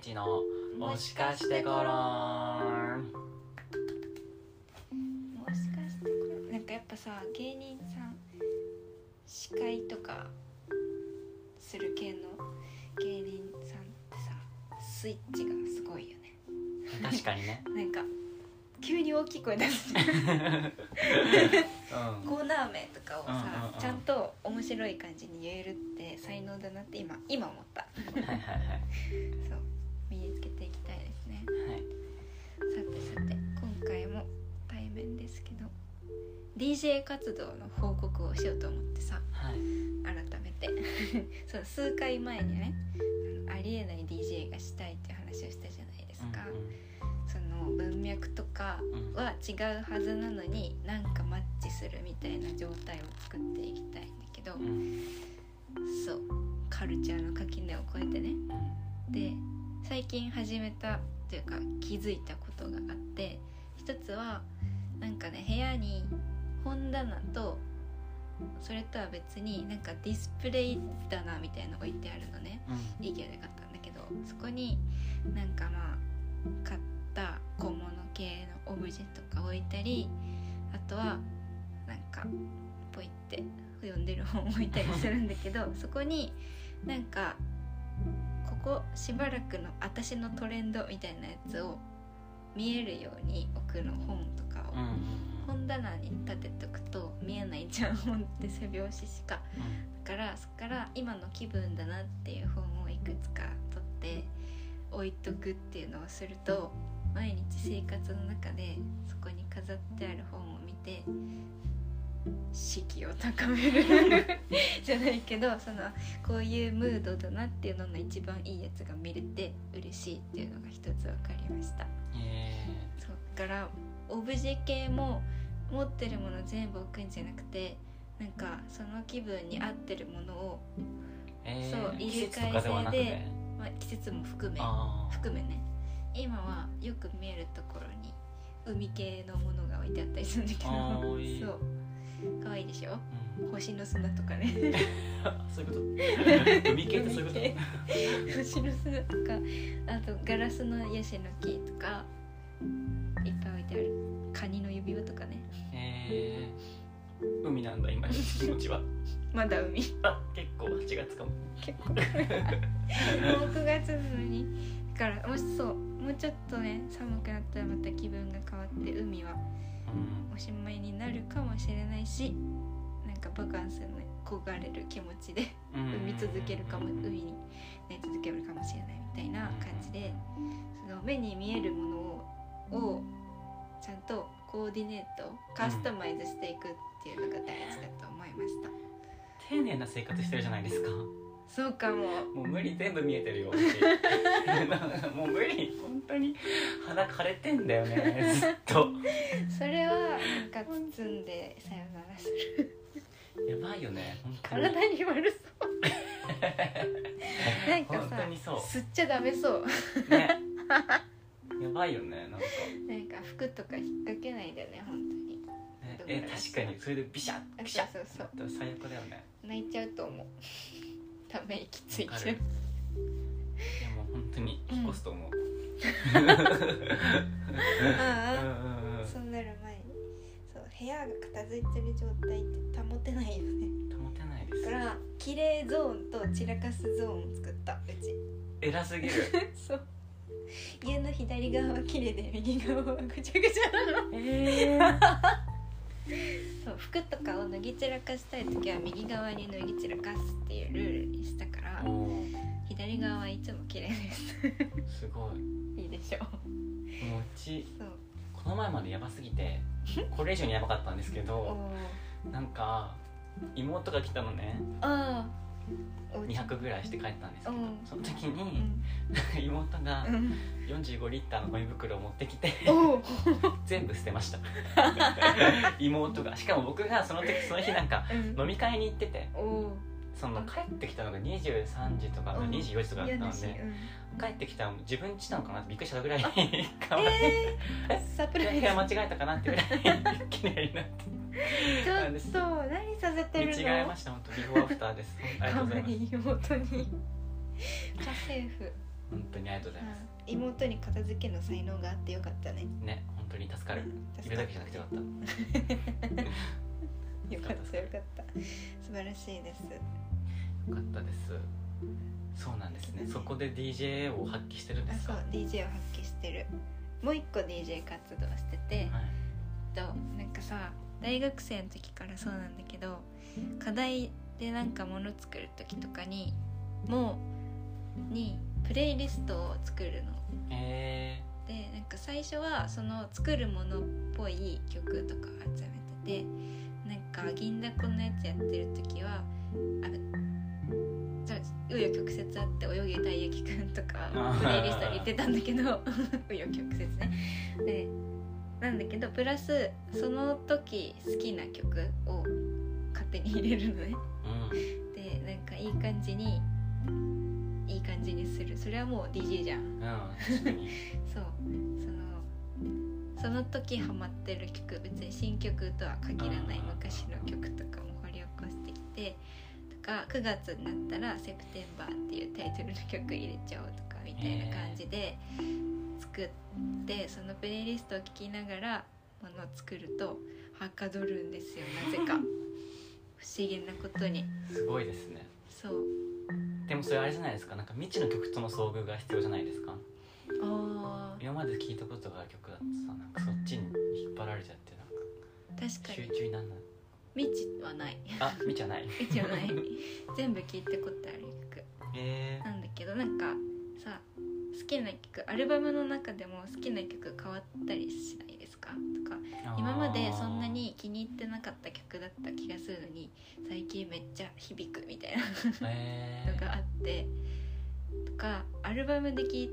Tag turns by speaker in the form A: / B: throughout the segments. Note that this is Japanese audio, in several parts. A: ちのもしかしてゴローン
B: うんもしかしてこれなんかやっぱさ芸人さん司会とかする系の芸人さんってさスイッチがすごいよね
A: 確かにね
B: なんか急に大きい声出すじゃ ん
A: うん
B: コーナー名とかを
A: うん
B: さ
A: うんうん
B: ちゃんと面白い感じに言えるって才能だなって今今思った
A: はいはいはい
B: そう身につけていきたいですね
A: はい
B: さてさて今回も対面ですけど DJ 活動の報告をしようと思ってさ
A: はい
B: 改めて そう数回前にねあのありえない DJ がしたいっていう話をしたじゃないですか、その文脈とか
A: うんうんうん
B: は違うはずなのになんかマッチするみたいな状態を作っていきたいんだけど、
A: うん
B: そうカルチャーの垣根を越えてねで最近始めたというか気づいたことがあって一つはなんかね部屋に本棚とそれとは別になんかディスプレイ棚みたいの置いてあるのね
A: うん
B: イケアで買ったんだけどそこになんかまあ買った小物系のオブジェとか置いたりあとはなんかポイって読んでる本置いたりするんだけ どそこになんかここしばらくの私のトレンドみたいなやつを見えるように置くの本とかを、
A: うん
B: 本棚に立てとくと見えないじゃん本って背表紙しか
A: うん
B: だからそっから今の気分だなっていう本をいくつか取って置いとくっていうのをすると毎日生活の中でそこに飾ってある本を見て士気を高めるじゃないけどそのこういうムードだなっていうのの一番いいやつが見れて嬉しいっていうのが一つ分かりました。
A: え
B: そうだからオブジェ系も持ってるもの全部置くんじゃなくてなんかその気分に合ってるものを、
A: ーえー
B: そう
A: 季節とかではなく
B: 入れ替
A: て
B: まあ、季節も含め
A: あー
B: 含めね今はよく見えるところに海系のものが置いてあったりするんだけど
A: あーいい
B: そう可愛いでしょ
A: うん
B: 星の砂とかね
A: あそういうこと海系ってそういうこと
B: 海系星の砂とかあとガラスのヤシの木とかいっぱい置いてあるカニの指輪とかね
A: えー、海なんだ今の気持ちは
B: まだ海
A: あ結構8月かも
B: 結構もう9月なのにだからもしそうもうちょっとね寒くなったらまた気分が変わって海は
A: うん
B: おしまいになるかもしれないしなんかバカンスの焦がれる気持ちで
A: うん
B: 見続けるかも
A: うん
B: 海にね続けるかもしれないみたいな感じでその目に見えるものををちゃんとコーディネートカスタマイズしていくっていうのが大事だと思いました。
A: 丁寧な生活してるじゃないですか
B: そうかも
A: もう無理全部見えてる よもう無理本当に鼻枯れてんだよねずっと
B: それはなんか包んでさよならする
A: やばいよね本当に
B: 体に悪そうなんか
A: 本当に
B: さ
A: そ
B: 吸っちゃダメそう
A: うねやばいよねなんか、
B: なんか服とか引っ掛けないでね本当に
A: ね、え確かにそれでビシャッビシャッ
B: そうそうそう
A: だったら最悪だよね
B: 泣いちゃうと 思うため息つい
A: わか
B: ちゃう
A: るいやもう本当に引っ越すと思う、うん
B: あ
A: うん
B: あそうなる前にそう部屋が片付いてる状態って保てないよね
A: うん保てないで
B: だか
A: す
B: ら綺麗ゾーンと散らかすゾーンを作ったうち
A: 偉す ぎる
B: そう家の左側は綺麗で右側はぐちゃぐちゃなの
A: えー、
B: そう服とかを脱ぎ散らかしたい時は右側に脱ぎ散らかすっていうルールにしたから
A: おー
B: 左側はいつも綺麗です
A: すごい
B: いいでしょう
A: もううち
B: そう
A: この前までやばすぎてこれ以上にやばかったんですけ
B: お
A: ど
B: ー
A: なんか妹が来たのね
B: あーおうち
A: 200ぐらいして帰ったんですけど
B: うん
A: その時
B: う
A: に
B: ん
A: 妹が
B: うん
A: 45リッターのゴミ袋を持ってきて
B: おー
A: 全部捨てました 妹がしかも僕がその時その日なんか
B: うん
A: 飲み会に行ってて
B: お
A: その帰ってきたのが23時とか
B: うん
A: 24時とか
B: ー
A: だっ
B: 嫌
A: た
B: だ
A: の
B: し、うん、
A: で帰ってきたら自分ちなのかなってびっくりした ぐらい可愛い
B: えー、 サプライ
A: 部
B: ズ
A: 屋間違えたかなってぐらい綺麗になって
B: ちょ
A: なんです
B: っと何させて
A: 見
B: る
A: 違えま
B: の
A: した本当ビフォーアフターですありがとうございます
B: い妹に家政婦
A: 本当にありがとうございます、
B: 妹に片付けの才能があってよかったね
A: ね本当に助かるいるだけじゃなくてよかっ
B: よかったよ
A: た
B: かった素晴らしいです
A: よかったですそうなんですねそこで DJ を発揮してるんで
B: あ
A: す
B: そ
A: か
B: う DJ を発揮してるもう一個 DJ 活動してて、
A: はい
B: えっとなんかさ大学生の時からそうなんだけど課題でなんかもの作る時とかにもうにプレイリストを作るの。
A: え
B: でなんか最初はその作るものっぽい曲とか集めててなんか銀だこのやつやってる時はあそう紆余曲折あって泳げたいゆきくんとか
A: あー
B: プレイリストに入れてたんだけど 紆余曲折ね。でなんだけどプラスその時好きな曲を勝手に入れるのね。
A: ー、うん
B: でなんかいい感じにいい感じにするそれはもう DJ じゃん。
A: うん確かに
B: そうそのその時ハマってる曲別に新曲とは限らない
A: うんうんうん
B: 昔の曲とかも掘り起こしてきてとか9月になったら「セプテンバー」っていうタイトルの曲入れちゃおうとかみたいな感じで作ってそのプレイリストを聴きながらものを作るとはかどるんですよなぜ か不思議なことに
A: すごいですね
B: そう
A: でもそれあれじゃないですかなんか未知の曲との遭遇が必要じゃないですか
B: あ
A: 今まで聴いたことがある曲だとさなんかそっちに引っ張られちゃってなんか
B: ー確か
A: 集
B: に
A: 中になんない
B: 未知はない
A: あ見ち ゃない
B: 未知はない全部聴いたことある曲
A: え
B: なんだけどなんかさ好きな曲アルバムの中でも好きな曲変わったりしないですかとか
A: ー、
B: 今までそんなに気に入ってなかった曲だった気がするのに最近めっちゃ響くみたい
A: え
B: な の
A: ー、
B: があってとかアルバムで聴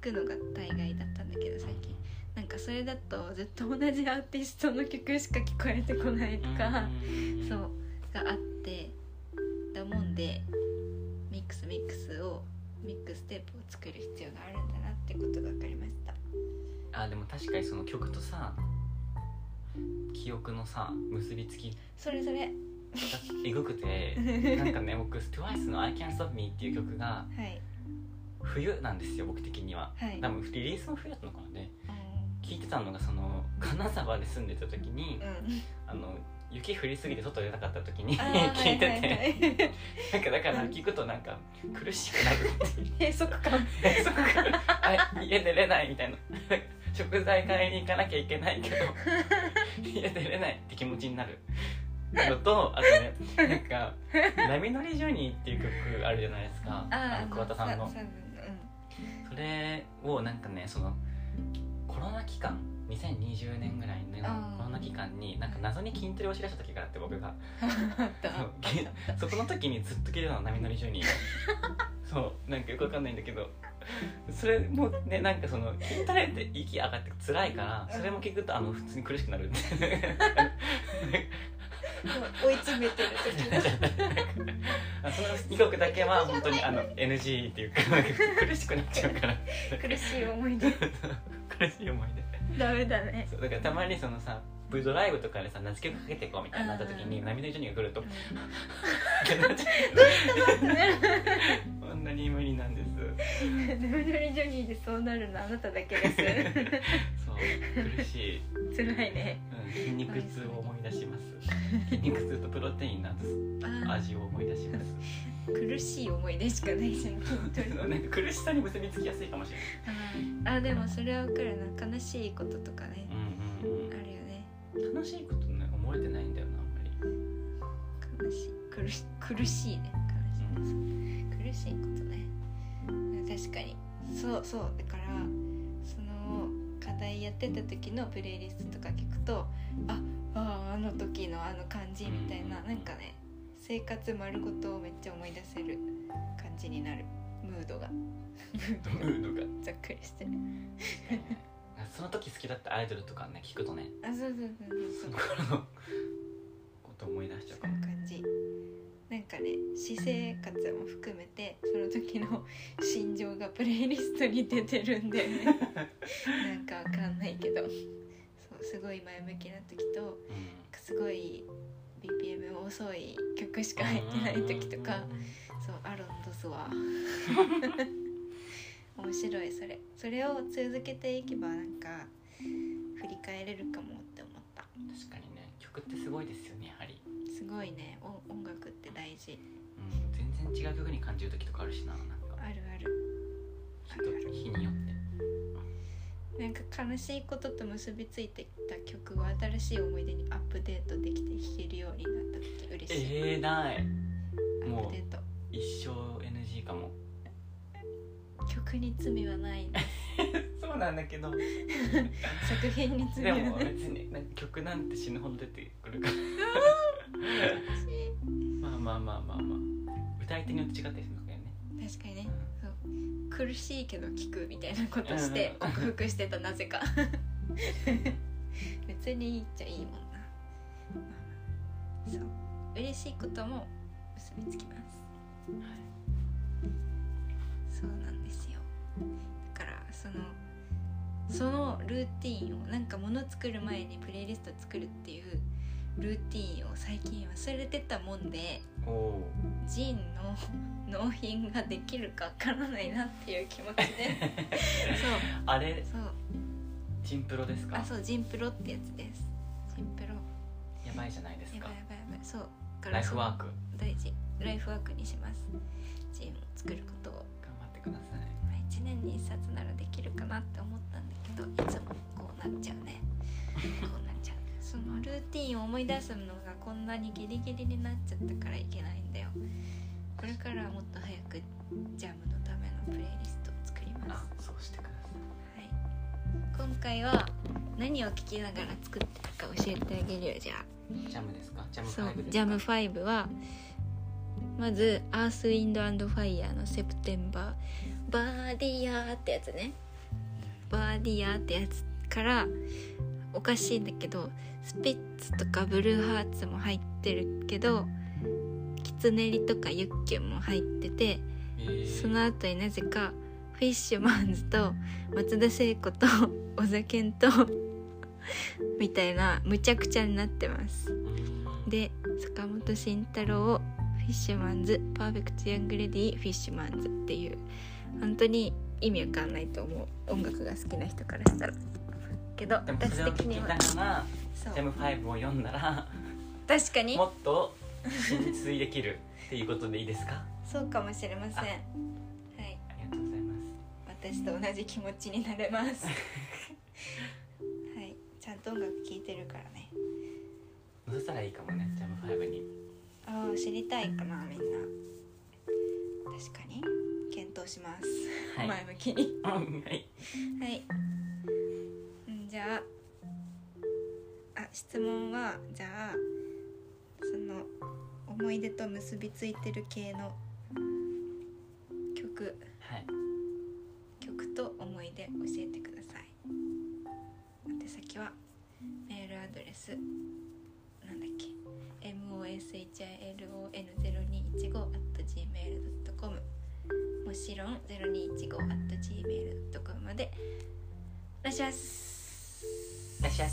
B: くのが大概だったんだけど最近なんかそれだとずっと同じアーティストの曲しか聞こえてこないとか。
A: うん
B: そうがあってだもんでミックスミックスをミックステープを作る必要があるんだなってことが分かりました
A: あでも確かにその曲とさ記憶のさ結びつき
B: それそれ
A: えぐくてなんかね僕 TWICE の「I Can't Stop Me」っていう曲が
B: はい
A: 冬なんですよ僕的には
B: はい
A: 多分リリースも冬だったのかなね聞いてたのがその金沢で住んでた時に
B: う
A: あの雪降りすぎて外出なかった時に
B: あー
A: 聞いてて、
B: はいはいはい
A: なんかだから聞くとなんか苦しくなるっていうん
B: 閉塞感
A: そこからあ家出れないみたいな食材買いに行かなきゃいけないけど家出れないって気持ちになるのとあとねなんか「波乗りジョニー」っていう曲あるじゃないですかあの桑田さんの
B: さ
A: それをなんかねそのコロナ期間2020年ぐらい
B: あ
A: の
B: ー
A: コロナ期間になんか謎に筋トレをしだした時があって僕が
B: うんあった
A: そうげそこの時にずっと聞いてたの波乗りジョ ニーそうなんかよくわかんないんだけどそれもねなんかその筋トレって息上がって辛いからそれも聞くとあの普通に苦しくなるって
B: 追い詰めてる時の
A: あその2曲だけは本当にあの NG っていうかなんか苦しくなっちゃうから
B: 苦しい思い出
A: 苦しい思い出
B: ダメだ ね
A: そうだからたまにそのさブドライブとかでさ夏曲かけていこうみたいになった時に
B: うん
A: 波乗りジョニーが来ると
B: うん
A: こんなに無理なんです
B: ダメダメジョニーでそうなるのあなただけです
A: そう苦しい
B: 辛いね
A: うん筋肉痛を思い出します 筋肉痛とプロテインの
B: あ
A: 味を思い出します
B: ー苦しい思い出しかないじゃん筋トレ
A: なんか 苦しさに結びつきやすいかもしれな
B: あ
A: い
B: ーでもそれは分かるな悲しいこととかね、
A: うんうん
B: あるよね
A: うん楽しいことね思えてないんだよなあんまり
B: 悲しい苦し苦しいね悲しい、苦しいことね確かにそうそうだからその課題やってた時のプレイリストとか聞くとああーあの時のあの感じみたいな、
A: うん
B: なんかね生活丸ごとをめっちゃ思い出せる感じになるムー ドがムー
A: ム
B: ドが
A: ードが
B: ざっくりしてる
A: その時好きだったアイドルとかね聞くとね
B: あそうそうそうそう
A: そ
B: そう
A: の頃のこと思い出しちゃう
B: そ
A: か
B: うい
A: も
B: う感じなんかね私生活も含めてその時の 心情がプレイリストに出てるんだよねなんかわかんないけどそうすごい前向きな時と
A: うん
B: すごい BPM 遅い曲しか入ってない時とか
A: うんうんうんうん
B: そうアロンドスは面白いそれそれを続けていけばなんか振り返れるかもって思った
A: 確かにね曲ってすごいですよねやはり、
B: すごいねお音楽って大事
A: うん、全然違う曲に感じる時とかあるしななんか
B: あるある
A: 日と日によって
B: なんか悲しいことと結びついてきた曲を新しい思い出にアップデートできて弾けるようになった時嬉しい、
A: えー、ない
B: アッ
A: も
B: プデート
A: う一生 NG かも
B: 曲に罪はない んです
A: そうなんだけど
B: 作品に罪
A: で
B: はない
A: も別になんか曲なんて死ぬほど出てくるからまあまあまあまあまあ歌い手によって違ったりするのかよね
B: 確かに
A: う
B: ね
A: ん
B: 苦しいけど聞くみたいなことして
A: うん
B: 克服してたなぜか 別にいいっちゃいいもんなまあまあそう嬉しいことも結びつきます
A: はい
B: そうなんですよだからそのそのルーティンをなんか物作る前にプレイリスト作るっていうルーティンを最近忘れてたもんで
A: おお
B: ジンの納品ができるかわからないなっていう気持ち でそ
A: あれ
B: うそう
A: チンプロですか
B: あそうジンプロってやつですジンプロ
A: やばいじゃないです
B: やば
A: か
B: いやばいやばいそうだ
A: ライフワー
B: ク
A: ク
B: 大事ライフワークにしますジンを作ることを、
A: 頑張ってください
B: まあ、1年に1冊ならできるかなって思ったんだけどいつもこうなっちゃうねこうなっちゃうそのルーティンを思い出すのがこんなにギリギリになっちゃったからいけないんだよこれからはもっと早くジャムのためのプレイリストを作ります
A: あそうしてくださ
B: はい、今回は何を聞きながら作ってるか教えてあげるよじゃあ
A: いジャムですかジャム
B: そう
A: 5ですか
B: ジャム5はまず「アース・ウィンド・アンド・ファイヤー」の「セプテンバー」「バーディアー」ってやつね「バーディアー」ってやつからおかしいんだけどスピッツとかブルーハーツも入ってるけどキツネリとかユッキュンも入ってて
A: えー
B: その後になぜかフィッシュマンズと松田聖子と小田健とみたいなむちゃくちゃになってます
A: うん
B: で坂本慎太郎をフィッシュマンズパーフェクトヤングレディフィッシュマンズっていう本当に意味わかんないと思う音楽が好きな人からしたらけど
A: でもそ
B: 私
A: れを
B: 的
A: 聞
B: に
A: き
B: は
A: ながら
B: そう
A: ジャム5を読んだら
B: 確かに
A: もっと浸水できるっていうことでいいですか
B: そうかもしれません
A: あ
B: はい
A: ありがとうございます
B: 私と同じ気持ちになれます はいちゃんと音楽聴いてるからね
A: そしたらいいかもねジャム5に
B: ああ知りたいかなみんな確かに検討します、
A: はい
B: 前向きに
A: は
B: は
A: い
B: いんじゃああ質問はじゃあその思い出と結びついてる系の曲
A: はい
B: 曲と思い出教えてください宛先はメールアドレスなんだっけ moshilon0215.gmail.com もちろん 0215.gmail.com までお願いします
A: いらっしゃい